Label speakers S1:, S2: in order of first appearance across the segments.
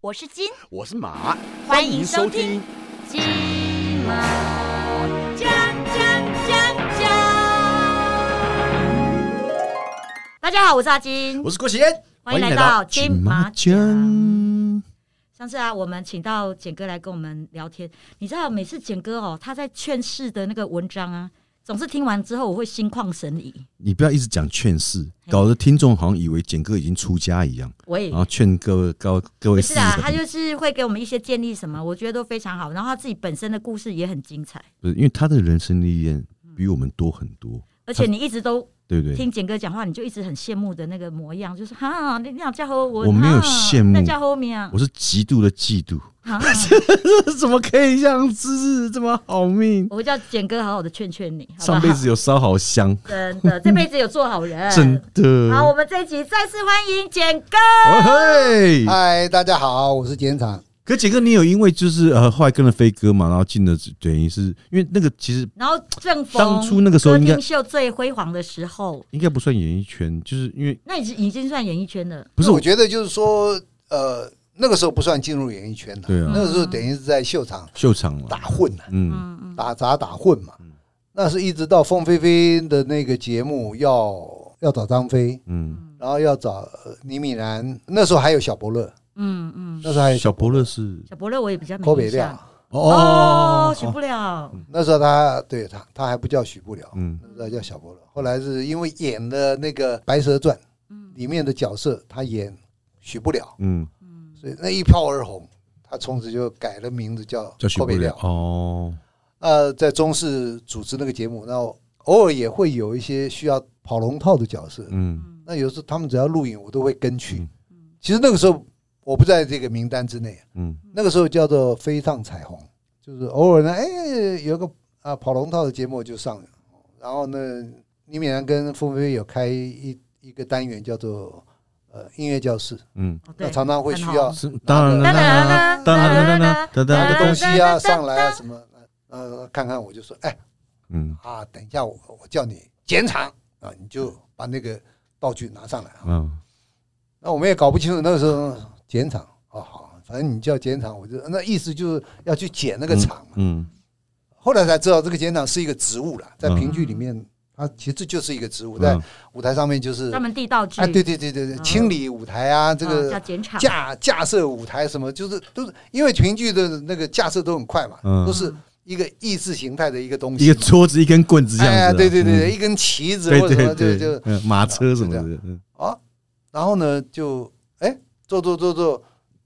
S1: 我是金，
S2: 我是马，
S1: 欢迎收听。金马奖奖奖奖。大家好，我是阿金，
S2: 我是郭贤，
S1: 欢迎来到金马奖。
S2: 嗯，
S1: 上次啊，我们请到简哥来跟我们聊天，你知道每次简哥哦，他在劝世的那个文章啊，总是听完之后我会心旷神怡。
S2: 你不要一直讲劝世，搞得听众好像以为简哥已经出家一样，
S1: 我也
S2: 然后劝各位各各
S1: 不
S2: 位
S1: 是啊，
S2: 四个
S1: 他就是会给我们一些建议什么，我觉得都非常好。然后他自己本身的故事也很精彩，
S2: 不是因为他的人生历练比我们多很多，
S1: 而 且你一直都
S2: 对不对？
S1: 嗯听简哥讲话，你就一直很羡慕的那个模样，就是哈，你那家伙我
S2: 我没有
S1: 哈
S2: 羡慕
S1: 那家伙面啊
S2: 我，是极度的嫉妒，
S1: 哈
S2: 怎么可以这样子这么好命？
S1: 我叫简哥好好的劝劝你，好
S2: 上
S1: 不
S2: 辈
S1: 好？
S2: 子有烧好香，
S1: 真的，这辈子有做好人。
S2: 真的。
S1: 好，我们这一集再次欢迎简哥。
S2: 哦嘿，
S3: 嗨，大家好，我是简厂。
S2: 可简哥，你有因为就是呃，后来跟了飞哥嘛，然后进了，等于是因为那个其实
S1: 然后正逢
S2: 当初那个时候
S1: 歌
S2: 应该
S1: 厅秀最辉煌的时候，
S2: 应该不算演艺圈，就是因为
S1: 那已经已经算演艺圈了。
S2: 不是
S3: 我
S2: 我，
S3: 觉得就是说，呃，那个时候不算进入演艺圈的，
S2: 对啊
S3: 那个时候等于是在秀场
S2: 秀场了
S3: 打，混呐、
S2: 嗯，
S1: 嗯嗯，
S3: 打杂打混嘛。那是一直到凤飞飞的那个节目要要找张飞，
S2: 嗯
S3: 然后要找呃倪敏然，那时候还有小伯乐，
S1: 嗯嗯，
S3: 那时候还有
S2: 小伯乐是
S1: 小伯乐我也比较没
S3: 郭北
S1: 印象
S3: 亮，
S1: 哦，许不了，
S3: 那时候他对他他还不叫许不了，
S2: 嗯
S3: 那时候叫小伯乐。后来是因为演的那个《白蛇传》
S1: 嗯
S3: 里面的角色，他演许不了。
S2: 嗯，
S3: 所以那一炮而红，他从此就改了名字叫
S2: 叫许
S3: 郭
S2: 不
S3: 北
S2: 了
S3: 亮。
S2: 哦，
S3: 呃，在中视主持那个节目，那偶尔也会有一些需要跑龙套的角色。
S2: 嗯
S3: 那有时候他们只要录影，我都会跟去
S2: 嗯。
S3: 其实那个时候我不在这个名单之内，啊
S2: 嗯
S3: 那个时候叫做飞上彩虹，就是偶尔呢，哎，有个啊跑龙套的节目我就上了。然后呢，倪敏然跟凤飞飞有开一一个单元叫做呃音乐教室，
S2: 嗯，
S1: 哦
S3: 那
S1: 对，
S3: 常常会需要
S2: 是当然
S1: 当然
S2: 了，
S1: 啦，
S2: 当然了，当
S3: 拿
S2: 然
S3: 个
S2: 了，
S3: 东西啊上来啊什么，呃，看看我就说，哎
S2: 嗯
S3: 啊，等一下我我叫你检场啊，你就把那个道具拿上来啊。
S2: 嗯
S3: 那我们也搞不清楚那个时候检场哦好，反正你叫检场，我就那意思就是要去检那个场嘛。
S2: 嗯
S3: 后来才知道这个检场是一个职务啦，在
S2: 嗯
S3: 评剧里面，它其实就是一个职务，在
S2: 嗯，
S3: 舞台上面就是
S1: 专门地道具，
S3: 啊，对对对对对，
S1: 嗯
S3: 清理舞台啊，这
S1: 嗯叫
S3: 个
S1: 剪场，
S3: 架架设舞台什么，就是都是因为评剧的那个架设都很快嘛，
S2: 嗯
S3: 都是一个意识形态的一个东西
S2: 一
S3: 嘛，
S2: 个桌子一根棍子这样子
S3: 哎，
S2: 啊，
S3: 对对对，对
S2: 嗯
S3: 一根旗子
S2: 对
S3: 或者什么
S2: 对
S3: 就
S2: 对
S3: 就
S2: 嗯马车什么的，嗯
S3: 啊，然后呢就哎做做做做，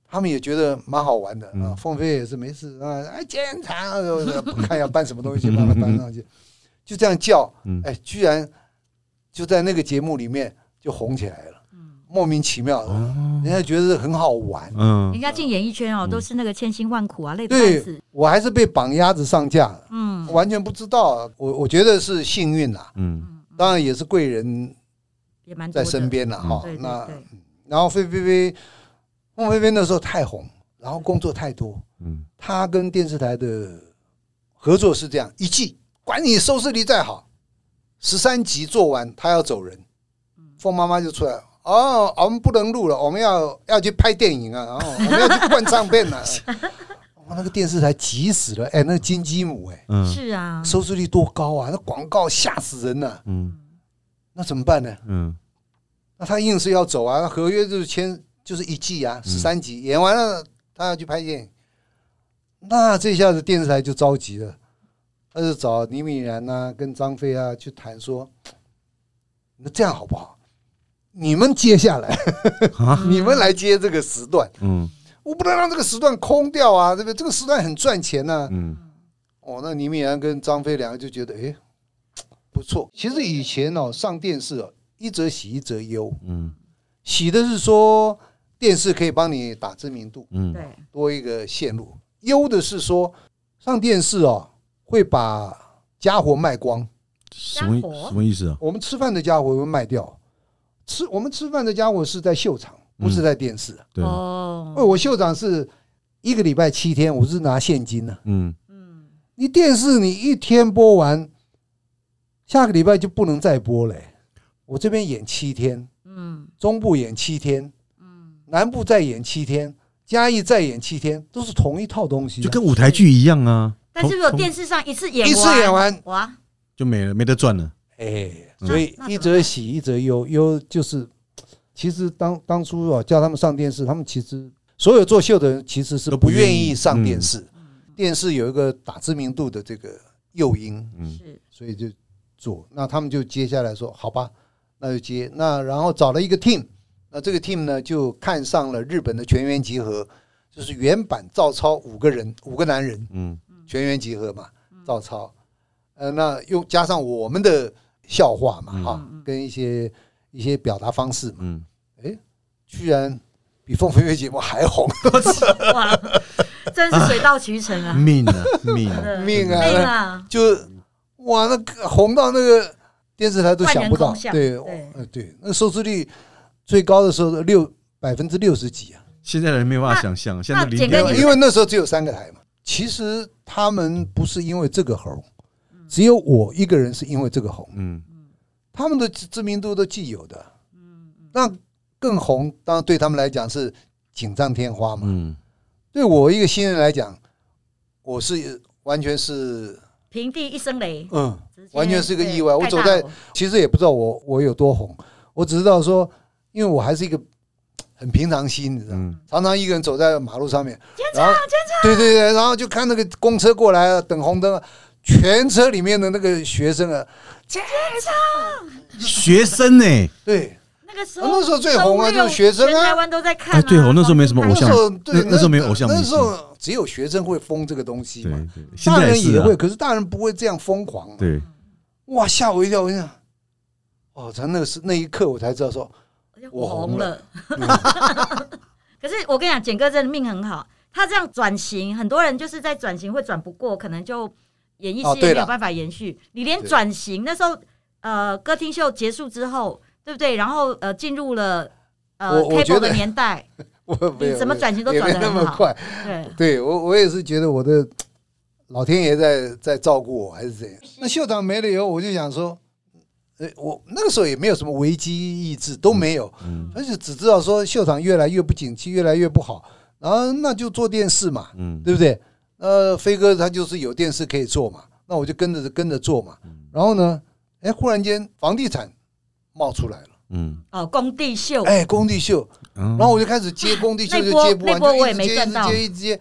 S3: 他们也觉得蛮好玩的啊
S2: 嗯。
S3: 凤飞也是没事啊，哎检查，呃看要搬什么东 西，帮他搬上去，就这样叫
S2: 嗯，
S3: 哎，居然就在那个节目里面就红起来了，莫名其妙的，
S2: 哦
S3: 人家觉得很好玩。
S2: 嗯
S1: 人家进演艺圈哦，
S2: 嗯
S1: 都是那个千辛万苦啊，累得半
S3: 对
S1: 死。
S3: 我还是被绑鸭子上架了，
S1: 嗯，
S3: 完全不知道啊。我我觉得是幸运啦，
S2: 嗯
S3: 当然也是贵人
S1: 也蛮多
S3: 在
S1: 的
S3: 身，边了
S2: 嗯
S3: 哈
S1: 对。对
S3: 那
S1: 对，
S3: 然后菲菲菲，凤飞飞那时候太红，然后工作太多，
S2: 嗯
S3: 她跟电视台的合作是这样，一季管你收视率再好，十三集做完她要走人，
S1: 嗯
S3: 凤妈妈就出来。哦，我们不能录了，我们要要去拍电影啊，然后我们要去灌 唱片了、啊。哇，那个电视台急死了，哎、那个金鸡母、哎，
S2: 嗯
S1: 是啊，
S3: 收视率多高啊，那广告吓死人了、
S2: 嗯
S3: 那怎么办呢？
S2: 嗯
S3: 那他硬是要走啊，合约就是签就是一季啊，十三集、演完了，他要去拍电影。那这下子电视台就着急了，他就找倪敏然呐、跟张飞啊去谈说，那这样好不好？你们接下来，
S2: 啊
S3: 你们来接这个时段，
S2: 嗯
S3: 我不能让这个时段空掉啊，对不对？这个时段很赚钱呐、
S2: 嗯
S3: 哦，那倪敏然跟张飞两个就觉得，哎，不错。其实以前哦，上电视哦，一则喜一则忧。
S2: 嗯
S3: 喜的是说电视可以帮你打知名度，
S2: 嗯
S1: 对，
S3: 多一个线路；忧的是说上电视哦，会把家伙卖光。
S2: 什么意
S1: 家伙
S2: 什么意思啊？
S3: 我们吃饭的家伙会卖掉，吃我们吃饭的家伙是在秀场，不
S2: 嗯
S3: 是在电视。
S2: 对，
S3: 因
S1: 哦，
S3: 为我秀场是一个礼拜七天，我是拿现金的、
S2: 嗯
S1: 嗯，
S3: 你电视你一天播完，下个礼拜就不能再播了欸、我这边演七天，
S1: 嗯
S3: 中部演七天，
S1: 嗯
S3: 南部再演七天，嘉义再演七天，都是同一套东西啊、
S2: 就跟舞台剧一样啊。
S1: 但是如果
S2: 同
S1: 电视上一次演
S3: 一次
S1: 完
S3: 演完，
S1: 哇，
S2: 就没了，没得赚了。
S3: 哎，
S1: 嗯
S3: 所以
S1: 那那
S3: 一
S1: 怎么
S3: 则喜，一则忧。忧就是，其实当当初啊叫他们上电视，他们其实所有做秀的人其实是
S2: 都不
S3: 不
S2: 愿
S3: 愿
S2: 意
S3: 意上
S2: 嗯
S3: 电视。电视有一个打知名度的这个诱因，
S2: 嗯，
S1: 是
S3: 所以就做。那他们就接下来说，好吧，那就接。那然后找了一个 team，那这个 team 呢就看上了日本的全员集合，就是原版照抄五个人，五个男人
S2: 嗯，
S3: 全员集合嘛，照抄。呃，那又加上我们的笑话嘛，哈、
S1: 嗯 嗯
S3: 跟一些一些表达方式嘛，
S2: 嗯，
S3: 居然比凤飞飞节目还红，
S1: 哇，真是水到渠成
S3: 嗯
S1: 啊！
S2: 命啊
S1: 真
S2: 命啊，
S1: 的
S3: 命啊！
S1: 对啦，
S3: 就哇，那个红到那个电视台都想不到
S1: 万人空，巷
S3: 对，
S1: 对
S3: 呃，对，那收视率最高的时候六百分之六十几啊，
S2: 现在人没有办法想象，现在
S1: 那
S2: 都零
S1: 简
S3: 因
S1: 哥
S2: 点
S1: 你
S3: 为
S1: 们
S3: 因为那时候只有三个台嘛。其实他们不是因为这个红，
S1: 嗯
S3: 只有我一个人是因为这个红，
S2: 嗯，
S3: 他们的知知名度都既有的，
S1: 嗯
S3: 那更红，当然对他们来讲是锦上添花嘛。
S2: 嗯，
S3: 对我一个新人来讲，我是完全是
S1: 平地一声雷，
S3: 嗯。
S1: 直接
S3: 完全是个
S1: 对
S3: 意外我
S1: 盖
S3: 走
S1: 大
S3: 在
S1: 楼
S3: 其实也不知道我我有多红，我只知道说，因为我还是一个很平常心，你知道吗，
S2: 嗯
S3: 常常一个人走在马路上面，
S1: 坚持
S3: 然后对对对，然后就看那个公车过来啊，等红灯啊，全车里面的那个学生啊，
S2: 学生呢？
S3: 对，
S1: 那个时
S3: 啊
S1: 候
S3: 那时候最红啊
S1: 周六
S3: 就是学生啊
S1: 全台湾都在看
S2: 哎
S1: 啊。
S2: 对哦那时候没什么偶
S3: 那
S1: 黄
S2: 像
S3: 时
S1: 金
S2: 偶
S3: 候对
S2: 那那时候没有偶像明
S3: 那
S2: 星
S3: 时候只有学生会疯这个东西
S2: 对
S3: 嘛，
S2: 对，现
S3: 大
S2: 在
S3: 人
S2: 是
S3: 也
S2: 啊
S3: 会，，可是大人不会这样疯狂啊。
S2: 对，
S3: 哇，吓我一跳！我想，哦，才那个是那一刻我才知道 说，嗯
S1: 哎
S3: 我
S1: 红
S3: 红
S1: 了。可是我跟你讲，简哥真的命很好，他这样转型，很多人就是在转型会转不过，可能就演艺
S3: 哦
S1: 事业
S3: 对
S1: 没有
S3: 了
S1: 办法延续。你连
S3: 对
S1: 转型那时候，呃，歌厅秀结束之后，对不对？然后呃，进入了呃
S3: 我我觉
S1: cable
S3: 得
S1: 的年代，
S3: 我没有
S1: 怎么
S3: 没有
S1: 转型都
S3: 也
S1: 转
S3: 没
S1: 得
S3: 那
S1: 很
S3: 么
S1: 好
S3: 快。
S1: 对，
S3: 对我，我也是觉得我的老天爷在在照顾我，还是怎样？那秀场没了以后，我就想说，呃，我那个时候也没有什么危机意志，都没有，
S2: 嗯
S3: 而且只知道说秀场越来越不景气，越来越不好，然后那就做电视嘛，
S2: 嗯，
S3: 对不对？呃，飞哥他就是有电视可以做嘛，那我就跟着跟着做嘛。
S2: 嗯
S3: 然后呢，哎，忽然间房地产冒出来了，
S2: 嗯，
S1: 哦，工地秀，
S3: 哎，工地秀，
S2: 然
S3: 然后我就开始接工地
S1: 嗯
S3: 秀，
S1: 那
S3: 就
S1: 波
S3: 接不完，
S1: 那波
S3: 就
S1: 我
S3: 一
S1: 也
S3: 直
S1: 没
S3: 接
S1: 赚
S3: 一直
S1: 到
S3: 接一直接，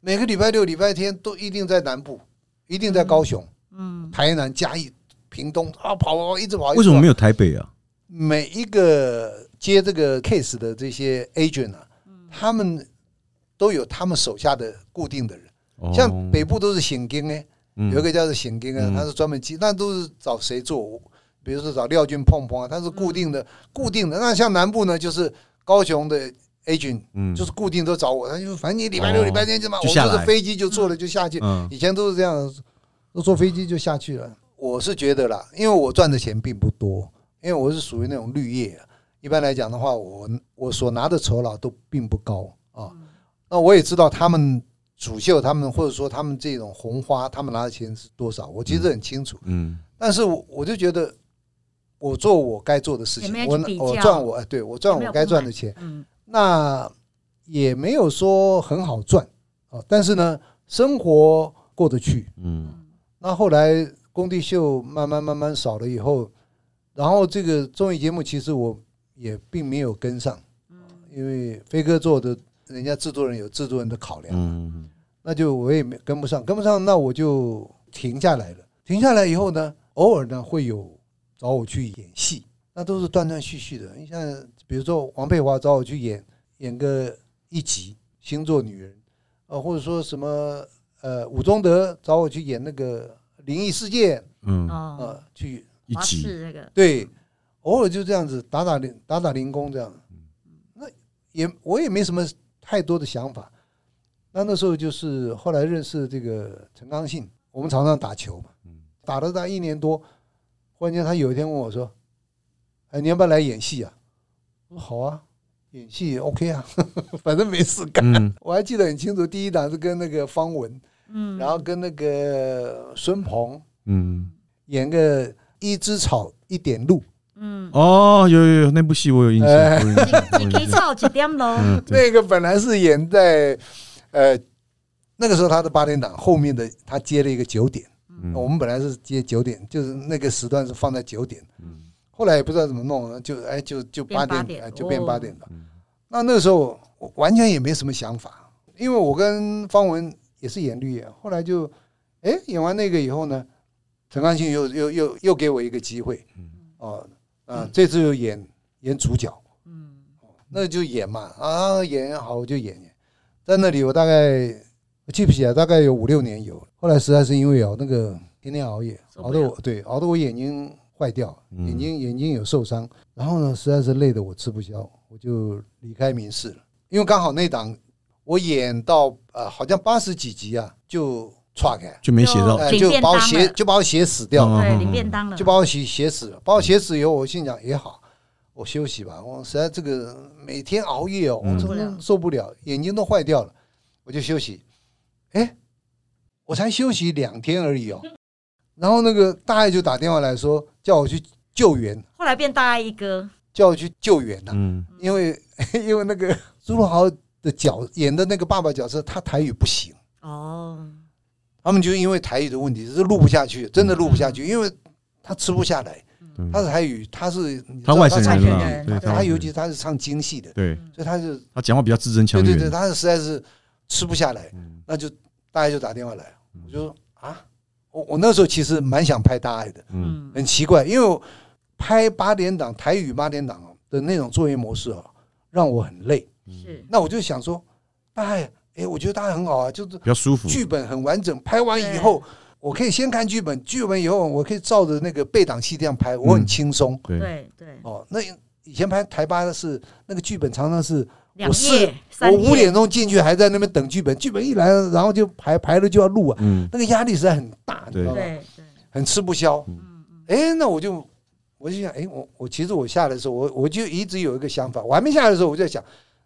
S3: 每个礼拜六、礼拜天都一定在南部，一定在高雄、
S1: 嗯，
S3: 台南、嘉义、屏东啊，跑跑跑，一直跑。
S2: 为什么没
S3: 有？
S2: 有台北啊？
S3: 每一个接这个 case 的这些 agent 啊，
S1: 嗯
S3: 他们都有他们手下的固定的人，
S2: 哦
S3: 像北部都是醒经呢，
S2: 嗯
S3: 有一个叫做醒经啊
S2: 嗯，
S3: 他是专门接，那都是找谁做？比如说找廖俊碰碰啊，他是固定
S1: 嗯
S3: 的，固定的。那像南部呢，就是高雄的 agent。
S2: 嗯
S3: 就是固定都找我，他就反正你礼拜
S2: 哦
S3: 六、礼拜天就嘛，
S2: 就
S3: 我
S2: 下来
S3: 坐飞机就坐了就下去。
S2: 嗯
S3: 以前都是这样，都坐飞机就下去了。我是觉得啦，因为我赚的钱并不多，因为我是属于那种绿叶啊。一般来讲的话，我我所拿的酬劳都并不高啊。
S1: 嗯
S3: 那我也知道他们主秀，他们或者说他们这种红花，他们拿的钱是多少，我其实很清楚。
S2: 嗯
S3: 但是我我就觉得，我做我该做的事
S1: 也没
S3: 情，
S1: 有
S3: 我
S1: 去比
S3: 我
S1: 较
S3: 赚我哎对我赚
S1: 也没有
S3: 我该
S1: 不
S3: 赚
S1: 满
S3: 的钱。
S1: 嗯，
S3: 那也没有说很好赚啊，但是呢，生活过得去。
S2: 嗯
S3: 那后来工地秀慢慢慢慢少了以后，然后这个综艺节目其实我也并没有跟上，因为飞哥做的，人家制作人有制作人的考量，
S2: 嗯
S3: 那就我也没跟不上，跟不上那我就停下来了。停下来以后呢，偶尔呢会有找我去演戏，那都是断断续续的。你像比如说王佩华找我去演演个一集《星座女人》，呃，或者说什么呃武宗德找我去演那个《灵异事件》
S2: 嗯，
S1: 哦
S3: 呃，，去
S2: 一
S1: 华
S2: 集
S1: 视那个，
S3: 对，偶尔就这样子打打零打打零工这样，那也我也没什么太多的想法。那那时候就是后来认识这个陈刚信，我们常常打球嘛，打了大概一年多，忽然间他有一天问我说：“哎，你要不要来演戏啊？”我说：“好啊，演戏也 OK 啊， 反正没事干。
S2: 嗯”
S3: 我还记得很清楚，第一档是跟那个方文，
S1: 嗯，
S3: 然后跟那个孙鹏
S2: 嗯
S3: 演个《一枝草一点露》。
S1: 嗯嗯，
S2: 哦，有有有，那部戏我有印象，
S3: 哎
S2: 我有印象我
S1: 几
S2: 有
S1: 几
S2: 印象
S1: 草几点楼？
S2: 嗯，对，
S3: 那个本来是演在呃那个时候他的八点档后面的，他接了一个九点，
S2: 嗯
S3: 我们本来是接九点，就是那个时段是放在九点，
S2: 嗯
S3: 后来也不知道怎么弄，就哎就就
S1: 变
S3: 八点
S1: 8点
S3: 哎就变
S1: 哦
S3: 八点了
S2: 嗯。
S3: 那那个时候我完全也没什么想法，因为我跟方文也是演绿叶，后来就哎演完那个以后呢，陈汉信又又又又给我一个机会
S2: 嗯，
S3: 哦，啊、这次又演演主角，
S1: 嗯，
S3: 那就演嘛啊演好我就演演，在那里我大概我记不起来，大概有五六年有，后来实在是因为哦那个天天熬夜，
S1: 受不
S3: 熬
S1: 了
S3: 得我对熬得我眼睛坏掉，
S2: 嗯
S3: 眼睛眼睛有受伤，然后呢实在是累得我吃不消，我就离开民视了，因为刚好那档我演到呃好像八十几集啊就岔开，
S2: 就没写到
S1: 哦
S3: 呃
S1: 领
S3: 就
S1: 便
S3: 把我
S1: 当
S3: 写
S1: 了
S3: 就把我写死掉
S2: 嗯
S3: 了。
S1: 对，
S2: 嗯
S1: 领
S2: 嗯
S1: 便当了，
S3: 就把我写写死了。把我写死以后，我心想也好，我休息吧。我实在这个每天熬夜哦，我
S2: 嗯
S3: 真的受不了，眼睛都坏掉了，我就休息。哎，我才休息两天而已哦。然后那个大爱就打电话来说，叫我去救援，
S1: 后来变大爱一哥，
S3: 叫我去救援呐、
S2: 嗯
S3: 因为 因为那个朱露豪的角演的那个爸爸角色，他台语不行。
S1: 哦，
S3: 他们就因为台语的问题，是录不下去，真的录不下去，因为他吃不下来。
S2: 对
S3: 他是台语，他是你知
S2: 他
S3: 道
S2: 外省
S3: 唱
S2: 人嗯
S1: 啊对
S3: 京剧他
S1: 他
S3: 他
S1: 外
S3: 尤
S2: 省
S3: 其他是唱京戏的，
S2: 对
S1: 嗯
S3: 所以他就
S2: 他讲话比较字正腔
S3: 对对
S2: 圆，
S3: 对，他是实在是吃不下来
S2: 嗯，
S3: 那就大家就打电话来，
S2: 嗯
S3: 我就说啊，我我那时候其实蛮想拍大爱的，
S2: 嗯
S3: 很奇怪，因为我拍八点档台语八点档哦的那种作业模式哦，让我很累。
S1: 是
S3: 那我就想说，大爱，哎，我觉得大爱很好啊，就是
S2: 比较舒服，
S3: 剧本很完整，拍完以后。我可以先看剧本，剧本以后我可以照着那个背档戏这样拍，我很
S2: 嗯
S3: 轻松。
S2: 对，
S1: 对对，
S3: 哦，那以前拍台八的是那个剧本，常常是
S1: 两
S3: 我四
S1: 夜
S3: 我
S1: 三
S3: 五
S1: 夜，
S3: 点钟进去，还在那边等剧本，剧本一来，然后就排排了就要录啊，
S2: 嗯
S3: 那个压力实在很大，你知
S2: 对
S3: 道吗？
S1: 对对，
S3: 很吃不消。
S1: 嗯嗯
S3: 哎，那我就我就想，哎，我我其实我下来的时候，我我就一直有一个想法，我还没下来的时候，我就在想，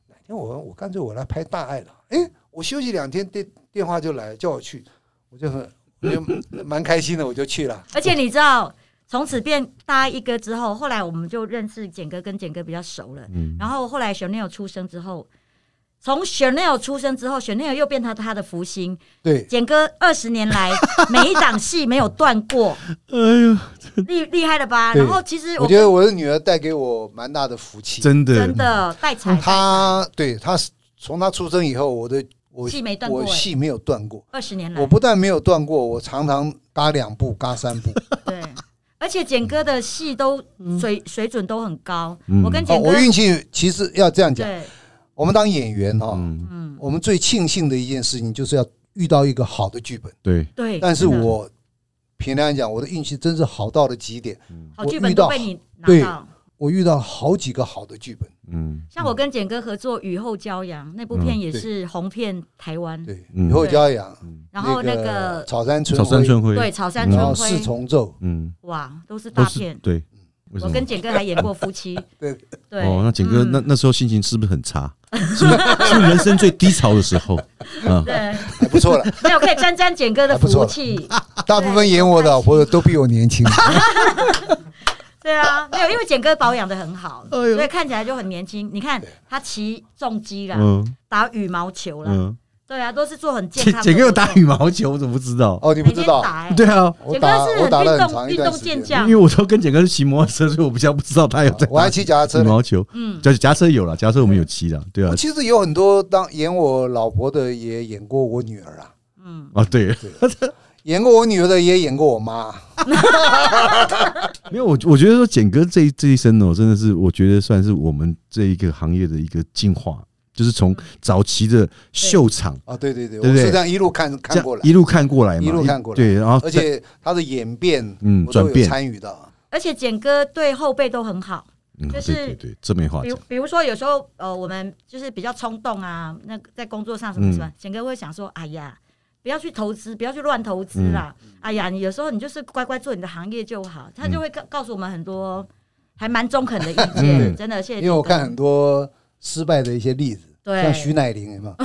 S3: 哪天我我干脆我来拍大爱了。哎，我休息两天，电电话就来叫我去，我就很我就蛮开心的，我就去了。
S1: 而且你知道，从此变大爱一哥之后，后来我们就认识简哥，跟简哥比较熟了。
S2: 嗯，
S1: 然后后来 Chanel 出生之后，从 Chanel 出生之后，Chanel 又变成他的福星。
S3: 对，
S1: 简哥二十年来每一档戏没有断 过，
S2: 哎呦，
S1: 厉厉害了吧？
S3: 对
S1: 然后其实
S3: 我
S1: 我
S3: 觉得我的女儿带给我蛮大的福气。
S2: 真的
S1: 真的带彩
S3: 他对他是从他出生以后，我的我
S1: 戏没断过嗯
S3: 我
S1: 哎，
S3: 戏没有断过。
S1: 二十年来
S3: 我不但没有断过，我常常嘎两步、嘎 三步。
S1: 对。而且简哥的戏都水、水准都很高，
S2: 嗯
S1: 我跟
S3: 哦，
S1: 简哥、
S3: 我运气其实要这样讲，
S1: 对，
S3: 我们当演员哈、
S2: 嗯
S1: 嗯，
S3: 我们最庆幸的一件事情就是要遇到一个好的剧本。
S2: 对，
S1: 对。
S3: 但是
S1: 真的
S3: 我凭良心讲，我的运气真是好到了极点。
S1: 好
S3: 我
S1: 剧本
S3: 遇到
S1: 都被你拿
S3: 对
S1: 到，
S3: 我遇到了好几个好的剧本，
S2: 嗯
S1: 像我跟简哥合作《雨后骄阳》那部片
S2: 嗯
S1: 也
S3: 对
S1: 是红遍台湾，
S3: 对，
S2: 嗯
S3: 雨后骄阳，
S2: 嗯，
S1: 然后那个
S3: 草山春
S2: 草
S3: 晖，
S2: 山春晖，
S1: 对草山
S3: 然后
S1: 春
S3: 四
S1: 晖，
S3: 重奏，，
S2: 嗯，
S1: 哇，都是
S2: 都
S1: 大
S2: 是
S1: 片。
S2: 对，为什
S1: 我
S2: 么？
S1: 跟简哥还演过夫妻
S3: 对
S1: 对，
S2: 哦，那简哥
S1: 嗯
S2: 那那时候心情是不是很差？是不是是不是人生最低潮的时候啊？
S1: 对，
S3: 还不错了。
S1: 没有可以沾沾简哥的
S3: 啊还不错
S1: 福
S3: 了
S1: 气，
S3: 大部分演我的或者都比我 年轻。
S1: 对啊，没有，因为简哥保养的很好，
S2: 哎呦
S1: 所以看起来就很年轻。你看他骑重机啦，
S2: 嗯
S1: 打羽毛球啦，
S2: 嗯，
S1: 对啊，都是做很健
S2: 简
S1: 康的活动。
S2: 简哥有打羽毛球，我怎么不知道？
S3: 哦，你
S1: 你
S3: 不知道？
S1: 打欸
S2: 对啊，
S3: 我
S1: 简
S3: 打
S1: 哥是
S3: 我打了
S1: 很运动
S3: 很长一
S1: 运
S3: 段
S1: 动
S3: 时
S1: 健
S3: 间，
S1: 将
S2: 因为，我都跟简哥骑摩托车，所以我比较不知道他有在
S3: 我还骑脚踏
S2: 打
S3: 车
S2: 羽
S3: 呢。
S2: 毛球。
S1: 嗯，
S2: 脚脚踏车有了，脚踏车我们有骑了，对啊
S3: 我，其实有很多当演我老婆的也演过我女儿啊，
S1: 嗯，
S2: 啊对，
S3: 演过我女儿的也演过我妈。
S2: 没有我我觉得说简哥这一这一生哦，真的是我觉得算是我们这一个行业的一个进化，就是从
S1: 嗯
S2: 早期的秀场
S3: 啊，对对对，
S2: 对
S3: 我
S2: 不对
S3: 是这样一路看
S2: 这
S3: 看
S2: 样
S3: 过来
S2: 一，路看过来嘛，
S3: 一路看过来
S2: 对，然后
S3: 而且她的演变，
S2: 嗯
S3: 我都
S2: 转
S3: 有
S2: 变
S3: 参与到。啊
S1: 而且简哥对后辈都很好。
S2: 嗯
S1: 就
S2: 对
S1: 是
S2: 对对，这没话
S1: 比
S2: 讲
S1: 如，比如说有时候呃，我们就是比较冲动啊，那个在工作上什么什
S3: 嗯
S1: 么，简哥会想说，哎呀，不要去投资，不要去乱投资啦，
S3: 嗯
S1: 哎呀，你有时候你就是乖乖做你的行业就好。他就会告告诉我们很多还蛮中肯的意见，
S2: 嗯
S1: 真的谢谢
S3: 因
S1: 简哥。
S3: 为我看很多失败的一些例子，
S1: 对
S3: 像徐乃麟有 没有？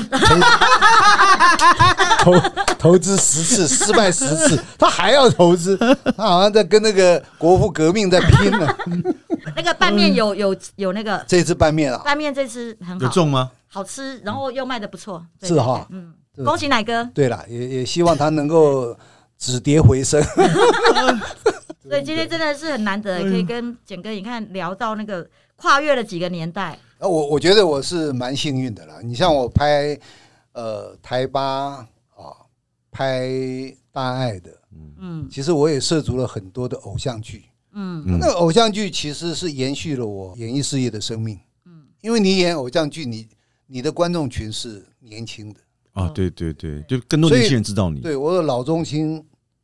S3: 投投资十次失败十次，他还要投资，他好像在跟那个国父革命在拼呢。
S1: 那个拌
S3: 嗯
S1: 面有有有那个
S3: 这只拌面啊，
S1: 拌面，这次很
S2: 有
S1: 好，
S2: 中吗？
S1: 好吃，然后又卖的不错，对
S3: 是，哈。
S1: 嗯，
S3: 是
S1: 恭喜奶哥。
S3: 对了，也也希望他能够止跌回升。
S1: 所以今天真的是很难得，
S2: 哎
S3: 嗯
S2: 呦
S1: 可以跟简哥你看聊到那个跨越了几个年代，
S3: 啊，我我觉得我是蛮幸运的啦。你像我拍呃台巴啊、拍大爱的，
S1: 嗯
S3: 其实我也涉足了很多的偶像剧。
S1: 嗯
S2: 嗯
S3: 那，偶像剧其实是延续了我演艺事业的生命。
S1: 嗯
S3: 因为你演偶像剧，你你的观众群是年轻的，
S1: 嗯
S2: 啊，对对对，就更多年轻人知道你，
S3: 对我的老中青，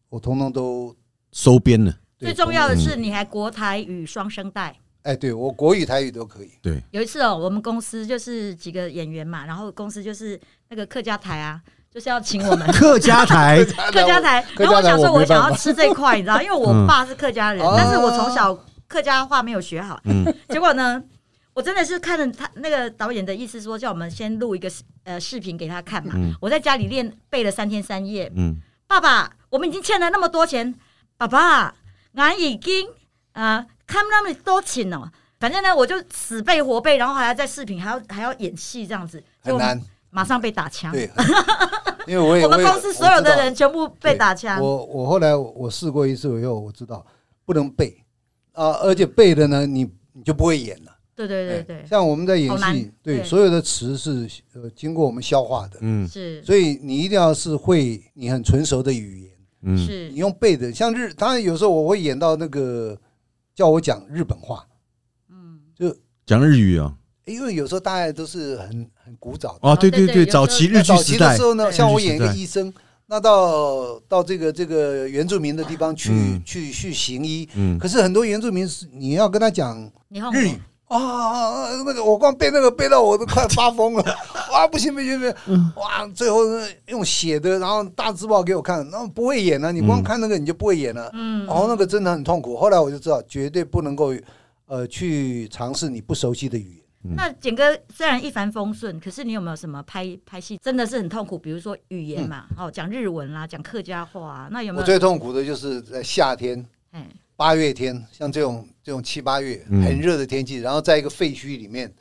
S3: 我通通都
S2: 收编了，
S3: 对
S1: 最重要的是你还国台语双声带。
S3: 哎，对我国语、台语都可以。
S2: 对，
S1: 有一次哦，我们公司就是几个演员嘛，然后公司就是那个客家台啊，就是要请 我们
S2: 客家台
S1: 客家台。
S3: 客家台
S1: 然后我想说，
S3: 我
S1: 我
S3: 没办法
S1: 想要吃这一块，你知道，因为我爸是客家人，
S3: 嗯
S1: 但是我从小客家话没有学好。
S2: 嗯
S1: 结果呢，我真的是看着他那个导演的意思说，叫我们先录一个视呃视频给他看嘛。
S2: 嗯
S1: 我在家里练背了三天三夜，
S2: 嗯，
S1: 爸爸，我们已经欠了那么多钱，爸爸，俺已经呃看那么多钱哦。反正呢，我就死背活背，然后还要在视频，还要还要演戏这样子，
S3: 很难，，
S1: 马上被打枪。
S3: 对， 因为我也
S1: 我们
S3: 也
S1: 公司所有
S3: 我知
S1: 的
S3: 道
S1: 人全部被打枪。
S3: 我我后来我试过一次以后，我知道不能背啊、而且背的呢，你你就不会演了。
S1: 对对对对
S3: 哎，像我们在演
S1: 好
S3: 戏
S1: 难，
S3: 对
S1: 对
S3: 所有的词是呃经过我们消化的，
S2: 嗯
S1: 是
S3: 所以你一定要是会你很纯熟的语言，
S2: 嗯，
S3: 你
S1: 是，
S3: 用背的。像日，当然有时候我会演到那个叫我讲日本话，
S1: 嗯，
S2: 讲日语啊，
S3: 因为有时候大家都是很很古早的。
S2: 哦，对
S1: 对
S2: 对
S1: 对
S2: 对，
S1: 有时候
S2: 早期
S3: 那
S2: 日剧
S3: 早期
S2: 时
S3: 的
S2: 代
S3: 时，候呢，
S1: 对
S3: 像我
S2: 日剧时
S3: 演一个
S2: 代
S3: 医生，那到到这个这个原住民的地方去、
S2: 嗯
S3: 去去行医，
S2: 嗯，
S3: 可是很多原住民是你要跟他讲
S1: 你后
S3: 日语啊，那个我光背那个背到我都快发疯了， 哇不行不行不
S2: 嗯
S3: 行，哇最后是用写的，然后大字报给我看，然后不会演了、啊你光
S2: 嗯
S3: 看那个你就不会演了、
S1: 嗯，
S3: 然后那个真的很痛苦。后来我就知道绝对不能够呃去尝试你不熟悉的语言。
S1: 那简哥虽然一帆风顺，可是你有没有什么拍拍戏真的是很痛苦？比如说语言嘛，哦，讲日文啦，讲客家话啊，那有没
S3: 嗯我
S1: 有？
S3: 最痛苦的就是在夏天
S1: 哎，
S3: 八月天，像这种这种七八月
S2: 嗯
S3: 很热的天气，然后在一个废墟里面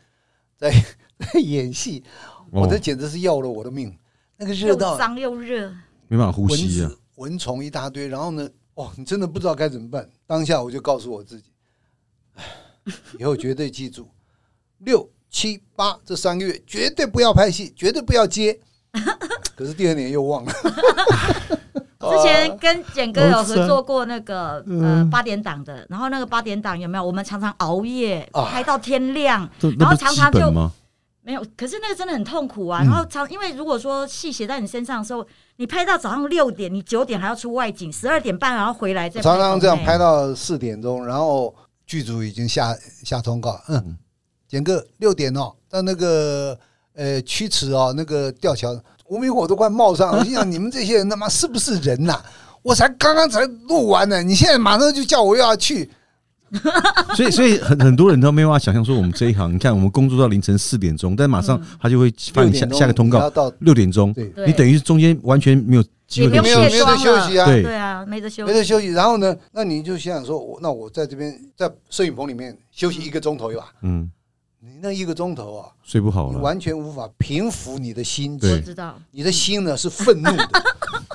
S3: 在 在演戏，我这
S2: 哦，
S3: 简直是要了我的命，那个热
S1: 又
S3: 到
S1: 脏又热，
S2: 没办法呼
S3: 蚊
S2: 吸啊，
S3: 子、蚊虫一大堆，然后呢，哦，你真的不知道该怎么办。当下我就告诉我自己，唉以后绝对记住，六七八这三个月绝对不要拍戏，绝对不要接。 可是第二年又忘了。
S1: 之
S3: 呃
S1: 前跟简哥有
S2: 好惨
S1: 合作过那个呃
S2: 嗯
S1: 八点档的，然后那个八点档有没有？我们常常熬夜
S3: 啊
S1: 拍到天亮，
S2: 这
S1: 然
S2: 那
S1: 后
S2: 不
S1: 常
S2: 基
S1: 常就
S2: 本吗？
S1: 没有。可是那个真的很痛苦啊。
S2: 嗯
S1: 然后常因为如果说戏写在你身上的时候，你拍到早上六点，你九点还要出外景，十二点半然后回来再
S3: 我
S1: 拍
S3: 常常这样
S1: 棚内
S3: 拍到四点钟，然后剧组已经下下通告，嗯，简哥六点哦，到那个呃曲池哦，那个吊桥，无名火都快 冒上了，我心想你们这些人他妈是不是人呐、我才刚刚才录完呢，你现在马上就叫我又要去，
S2: 所以所以很很多人都没办法想象说我们这一行，你看我们工作到凌晨四点钟，但马上他就会发
S3: 六
S2: 你
S3: 点
S2: 下
S3: 钟
S2: 下个通
S3: 你要
S2: 告
S3: 到
S2: 六点钟，
S3: 对，
S1: 对
S2: 你等于中间完全没有机
S1: 也
S2: 会
S1: 不
S2: 可以
S1: 用
S3: 没
S2: 休
S3: 有
S2: 息
S1: 卸妆
S3: 没有得休息啊
S2: 对
S1: 对啊，没得休
S3: 没
S1: 息。
S3: 得休息。然后呢，那你就想想说，我那我在这边在摄影棚里面休息一个钟头吧，
S2: 嗯，
S3: 你那一个钟头啊，
S2: 睡不好
S3: 你
S2: 了，
S3: 完全无法平复你的心情
S1: 我
S2: 对。
S1: 知道，
S3: 你的心呢是愤怒 的，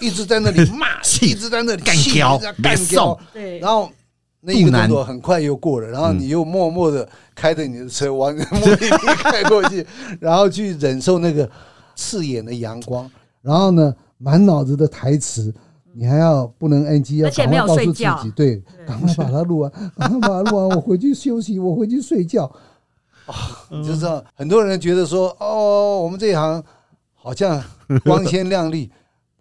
S3: 一直在那里骂，
S2: 气
S3: 一直在那里
S2: 干
S3: 气
S2: 掉
S3: 一直在干
S2: 别
S3: 掉
S2: 送，
S1: 对，
S3: 然后那一个
S2: 肚腩嗯
S3: 动作很快又过了，然后你又默默的开着你的车往 目的地开过去，然后去忍受那个刺眼的阳光，然后呢，满脑子的台词。你还要不能 NG，要
S1: 而且
S3: 赶
S1: 没
S3: 快
S1: 有
S3: 告
S1: 睡
S3: 诉自
S1: 觉
S3: 己，对，
S1: 对
S3: 赶快把它录完， 赶快把它录完，我回去休息，我回去睡觉。啊，
S1: 嗯
S3: 你就知道很多人觉得说，哦，我们这一行好像光鲜亮丽，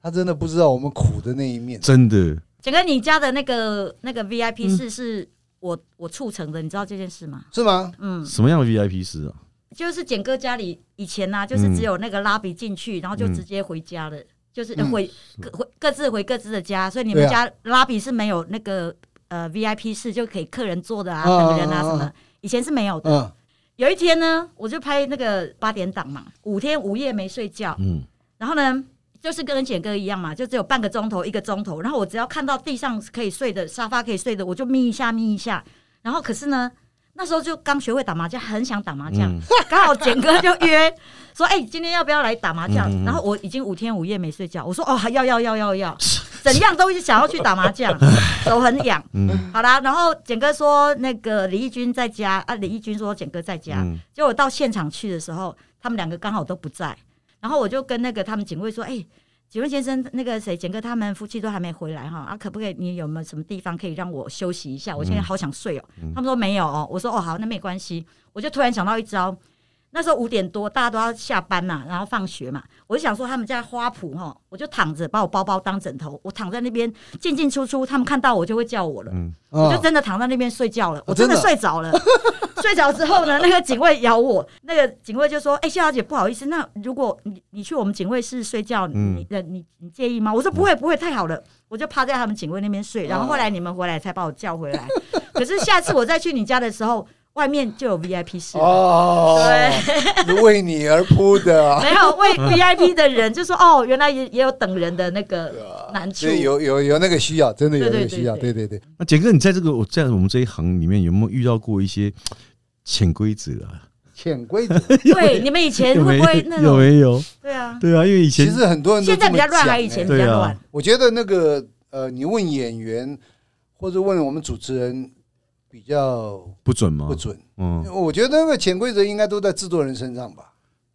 S3: 他真的不知道我们苦的那一面。
S2: 真的，
S1: 简哥，你家的那个那个 VIP
S2: 嗯
S1: 室是我我促成的，你知道这件事吗？
S3: 是吗？
S1: 嗯，
S2: 什么样的 VIP 室啊？
S1: 就是简哥家里以前呐、
S3: 嗯
S1: 就是只有那个拉比进去，然后就直接回家了，就是呃
S3: 嗯
S1: 回各回各自回各自的家，所以你
S3: 对
S1: 们
S3: 啊
S1: 家拉比是没有那个呃 VIP 室就可以客人坐的啊，
S3: 啊
S1: 等人啊
S3: 啊
S1: 什么
S3: 啊，
S1: 以前是没有的。
S3: 嗯，
S1: 有一天呢，我就拍那个八点档嘛，五天五夜没睡觉，
S2: 嗯，
S1: 然后呢。就是跟简哥一样嘛，就只有半个钟头、一个钟头。然后我只要看到地上可以睡的、沙发可以睡的，我就眯一下、眯一下。然后可是呢，那时候就刚学会打麻将，很想打麻
S2: 嗯
S1: 将， 刚、好简哥就约说：“哎、今天要不要来打麻将？”
S2: 嗯嗯嗯
S1: 然后我已经五天五夜没睡觉，我说：“哦，要要要要要，怎样都想要去打麻将，手很痒。”
S2: 嗯
S1: 好啦，然后简哥说那个李义军在家啊，李义军说简哥在家，
S2: 嗯
S1: 结果到现场去的时候，他们两个刚好都不在，然后我就跟那个他们警卫说：“哎、警卫先生，那个谁，简哥他们夫妻都还没回来哈，啊，可不可以你有没有什么地方可以让我休息一下？我现在好想睡哦。他们说没有哦，我说哦好，那没关系。我就突然想到一招，那时候五点多，大家都要下班嘛，然后放学嘛，我就想说他们家花圃哈，我就躺着把我包包当枕头，我躺在那边进进出出，他们看到我就会叫我了。
S2: 嗯，
S1: 我就
S3: 啊，哦
S1: 真的躺在那边睡觉了，我
S3: 真
S1: 真
S3: 的
S1: 的睡着了。 睡着之后呢，那个警卫咬我，那个警卫就说：“哎、谢小姐，不好意思，那如果你你去我们警卫室睡觉，
S2: 嗯
S1: 你呃你你介意吗？”
S3: 嗯
S1: 我说：“不会，不会，太好了。”我就趴在他们警卫那边睡，
S3: 哦
S1: 然后后来你们回来才把我叫回来。 可是下次我再去你家的时候，外面就有 VIP 室。
S3: 哦，是为你而铺的啊，
S1: 没有为 VIP 的人就说哦，原来也也有等人的那个难 处
S3: 啊所。以有有有那个需要，真的有那
S1: 对
S3: 个
S1: 对对
S3: 需要，对
S1: 对
S3: 对对，
S2: 那杰哥，你在这个我在我们这一行里面有没有遇到过一些潜规则啊？
S3: 潜规则。
S1: 对，你们以前
S2: 有没
S1: 会不会那
S2: 有
S1: 种？
S2: 没有？
S1: 对啊，
S2: 对啊，因为以前
S3: 其实很多人都
S1: 现在比较
S3: 这么
S1: 乱，
S3: 讲
S1: 还以前
S3: 哎
S1: 比较
S2: 对啊
S1: 乱。
S3: 我觉得那个呃，你问演员或者问我们主持人比较
S2: 不准吗？
S3: 不准。
S2: 嗯
S3: 我觉得那个潜规则应该都在制作人身上吧，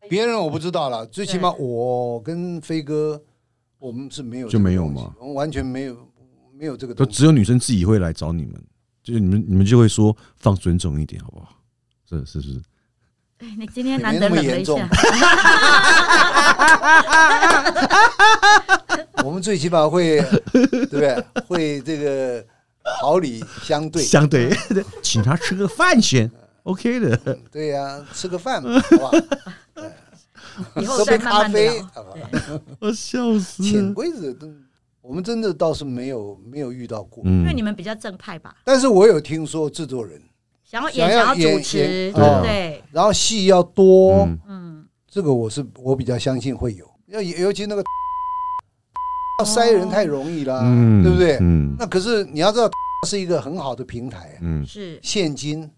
S3: 别人我不知道了。最起码
S1: 哎对
S3: 我跟飞哥，我们是没有
S2: 就没有
S3: 这个东西
S2: 吗？
S3: 我们完全没有没有这个
S2: 都
S3: 东西。
S2: 只有女生自己会来找你们，就是你们你们就会说放尊重一点，好不好？是是是，
S1: 哎，你今天
S3: 也
S1: 难
S3: 没
S1: 得
S3: 那么
S1: 冷了
S3: 严
S1: 一
S3: 重
S1: 下。
S3: 我们最起码会对不对？会这个好礼相对，
S2: 相 对请他吃个饭先，OK 的。
S3: 嗯 对呀、吃个饭
S2: 嗯
S3: 嘛，好不好？
S1: 以后
S3: 喝杯
S1: 再慢
S3: 咖
S1: 慢聊
S3: 啡，。好不好？
S2: 我笑死
S3: 潜
S2: 了。
S3: 规则都，我们真的倒是没有没有遇到过。
S1: 因
S2: 嗯
S1: 为你们比较正派吧，
S3: 但是我有听说制作人，
S1: 想要
S3: 想
S1: 演，
S3: 要哦
S1: 想要主
S3: 演
S1: 持，
S3: 演
S1: 对
S2: 对啊
S1: 不对？
S3: 然后戏要多，
S2: 嗯
S1: 嗯，
S3: 这个我是我比较相信会有。要尤其那个要塞人太容易啦，
S2: 嗯
S3: 呃对不对？
S2: 嗯
S3: 那可是你要知道，是一个很好的平台，
S2: 嗯
S1: 是
S3: 现金
S1: 每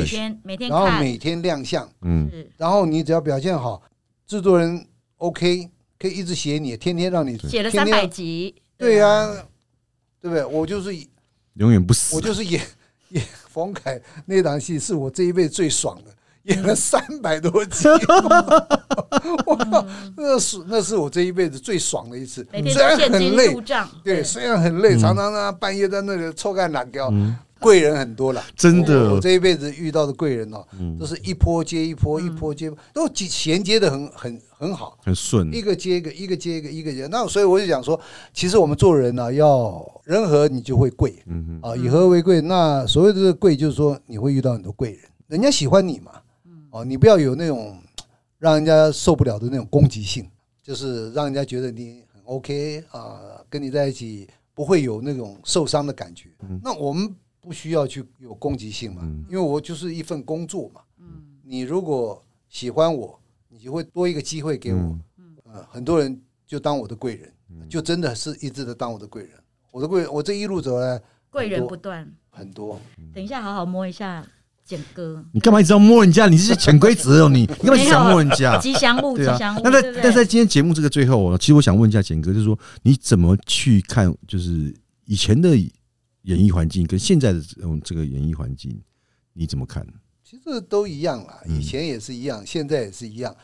S3: cash，
S1: 天每天
S3: 然后
S1: 看，
S3: 每天亮相，
S2: 嗯
S1: 是
S3: 然后你只要表现好，制作人 OK，可以一直写你，天天让你
S2: 嗯
S1: 写了
S3: 天
S1: 三
S3: 天
S1: 百集，
S3: 对
S1: 啊，
S3: 呀、对不对？我就是
S2: 永远不死。
S3: 我就是演演冯凯那档戏，是我这一辈子最爽的，演了三百多集， 我靠，那是那是我这一辈子最爽的一次，
S1: 每天
S3: 虽然
S1: 都现
S3: 很
S1: 金
S3: 累
S1: 入，账，
S3: 对，虽然很累，常常呢半夜在那里臭干懒掉，
S2: 嗯，
S3: 贵人很多了。
S2: 真
S3: 我
S2: 的，
S3: 这一辈子遇到的贵人哦，
S2: 嗯
S3: 都，是一波接一
S1: 嗯
S3: 波，一波接一波都衔衔接的很很很好。
S2: 很顺。嗯
S3: 一个接一个，一个接一个，一个接。那所以我就讲说，其实我们做人呢、要人和你就会贵
S2: 嗯
S3: 啊，以和为贵。那所谓的贵，就是说你会遇到很多贵人，人家喜欢你嘛。哦，你不要有那种让人家受不了的那种攻击性，就是让人家觉得你很 OK 啊，跟你在一起不会有那种受伤的感觉。那我们不需要去有攻击性嘛，
S2: 嗯
S3: 因为我就是一份工作嘛。
S1: 嗯，
S3: 你如果喜欢我，你就会多一个机会给我。
S2: 嗯
S3: 呃，很多人就当我的贵人，就真的是一直的当我的贵人。我的贵，我这一路走来
S1: 贵人
S3: 很多
S1: 不断。
S3: 很多，
S1: 等一下，好好摸一下简哥，
S2: 你干嘛一直要摸人家？你是潜规则哦，你你干嘛一直想摸人家？
S1: 吉祥物，吉
S2: 对啊
S1: 祥物，，
S2: 那
S1: 对
S2: 在
S1: 不
S2: 但在
S1: 对？
S2: 今天节目这个最后啊，其实我想问一下简哥，就是说你怎么去看，就是以前的演艺环境跟现在的这种这个演艺环境，你怎么看？
S3: 其实都一样啦，
S2: 嗯
S3: 以前也是一样，现在也是一样，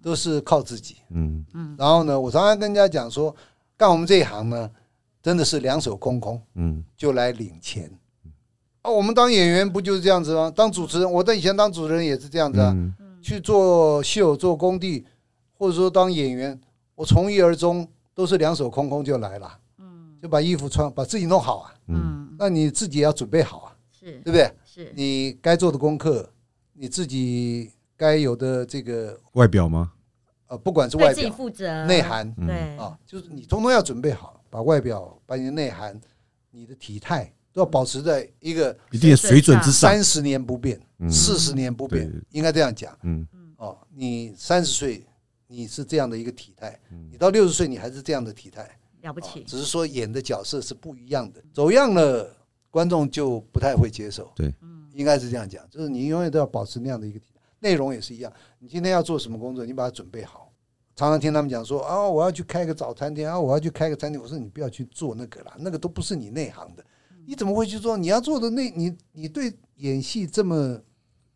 S3: 都是靠自己。
S2: 嗯
S3: 然后呢，我常常跟人家讲说，干我们这一行呢，真的是两手空空
S2: 嗯
S3: 就来领钱。啊，我们当演员不就是这样子吗？当主持人，我在以前当主持人也是这样子啊，
S2: 嗯
S3: 去做秀、做工地，或者说当演员，我从一而终都是两手空空就来了，
S1: 嗯
S3: 就把衣服穿，把自己弄好啊。
S2: 嗯
S1: 嗯，
S3: 那你自己也要准备好啊，
S1: 是
S3: 对不对？
S1: 是，
S3: 你该做的功课，你自己该有的这个
S2: 外表吗？
S3: 呃，不管是外
S1: 对自己
S3: 表、
S1: 负责，
S3: 内，涵
S2: 嗯
S1: 对，
S3: 啊，就是你通通要准备好，把外表、把你的内涵、你的体态都要保持在一个
S2: 一定的水准之上。
S3: 三十年不变、
S2: 嗯
S3: 四十年不变
S2: 对，
S3: 应该这样讲。
S2: 嗯
S3: 哦，你三十岁你是这样的一个体态，
S2: 嗯
S3: 你到六十岁你还是这样的体态，
S1: 了不
S3: 哦
S1: 起，
S3: 只是说演的角色是不一样的，走样了，观众就不太会接受。
S2: 对，
S3: 应该是这样讲，就是你永远都要保持那样的一个体态内容也是一样，你今天要做什么工作，你把它准备好。常常听他们讲说啊，我要去开个早餐店啊，我要去开个餐厅。我说你不要去做那个啦，那个都不是你内行的，你怎么会去做？你要做的那，你你对演戏这么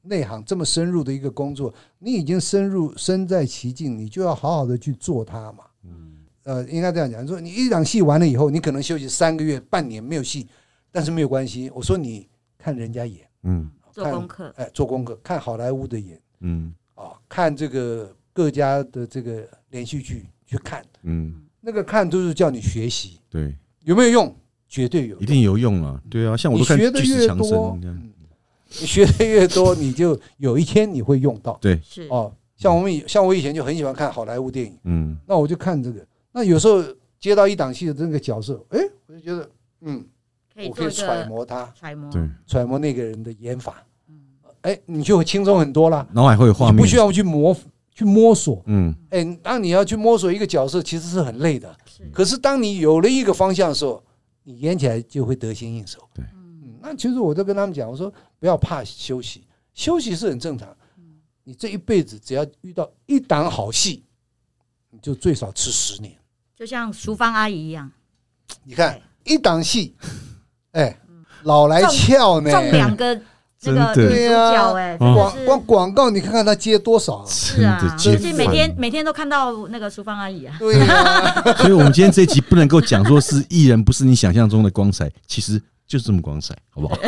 S3: 内行、这么深入的一个工作，你已经深入身在其境，你就要好好的去做它嘛。呃，应该这样讲，说你一档戏完了以后，你可能休息三个月、半年没有戏，但是没有关系。我说你看人家演，
S2: 嗯
S1: 做
S3: 看
S1: 功课，
S3: 哎，做功课，看好莱坞的演
S2: 嗯
S3: 啊，看这个各家的这个连续剧去看，
S2: 嗯，
S3: 那个看都是叫你学习，
S2: 对，
S3: 有没有用？绝对有用，
S2: 一定有用啊，对啊，像我
S3: 你
S2: 都看
S3: 学的
S2: 巨石
S3: 越
S2: 强
S3: 多，
S2: 森这样，
S3: 嗯你学的越多，你就有一天你会用到。
S2: 对，
S1: 是
S3: 哦，像我们以像我以前就很喜欢看好莱坞电影。
S2: 嗯
S3: 那我就看这个。那有时候接到一档戏的这个角色，哎，我就觉得，嗯，
S1: 可以
S3: 我
S1: 做
S3: 可以
S1: 一
S3: 揣
S1: 个
S3: 摩他，
S1: 揣摩，
S2: 对，
S3: 揣摩那个人的演法，哎，你就会轻松很多啦。
S2: 脑海会有画
S3: 你
S2: 面
S3: 不，需要去磨去摸索，
S2: 嗯
S3: 哎，当你要去摸索一个角色，其实是很累的。
S1: 是
S3: 可是当你有了一个方向的时候，你演起来就会得心应手。
S2: 对
S3: 嗯，那其实我都跟他们讲，我说不要怕休息，休息是很正常。你这一辈子只要遇到一档好戏，你就最少吃十年。
S1: 就像淑芳阿姨一样，
S3: 你看一档戏，哎，老来俏呢。
S1: 中两个这个
S2: 真的
S1: 女主角，哎，真的
S2: 啊
S3: 广
S1: 是
S3: 光广告，你看看他接多少？
S1: 是
S2: 真
S1: 啊，
S2: 的
S1: 最
S2: 接
S1: 近每天每天都看到那个淑芳阿姨啊，
S3: 对呀、
S2: 所以，我们今天这一集不能够讲说是艺人不是你想象中的光彩，其实就是这么光彩，好不好？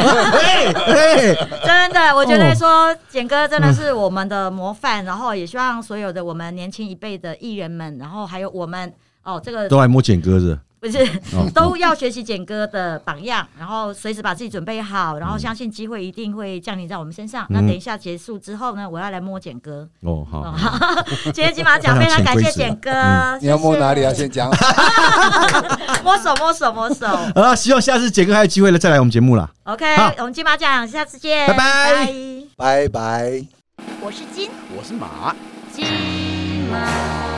S1: 真的，我觉得
S2: 哦
S1: 说简哥真的是我们的模范，然后也希望所有的我们年轻一辈的艺人们，然后还有我们哦，这个
S2: 都来摸剪哥子，
S1: 不是
S2: 哦
S1: 都要学习简哥的榜样，然后随时把自己准备好，然后相信机会一定会降临在我们身
S2: 嗯
S1: 上。那等一下结束之后呢，我要来摸简哥。
S2: 哦，好，
S1: 哦
S2: 好
S1: 好， 今天金马奖非常感谢简哥，
S3: 你要摸
S1: 谢谢
S3: 哪里啊？先讲。
S1: 摸手摸手摸手。
S2: 好了，希望下次剪哥还有机会了再来我们节目啦。
S1: OK，
S2: 好
S1: 我们金马奖下次见，
S2: 拜拜
S1: 拜。
S3: 拜拜。
S1: 我是金
S4: 我是马。
S1: 金马。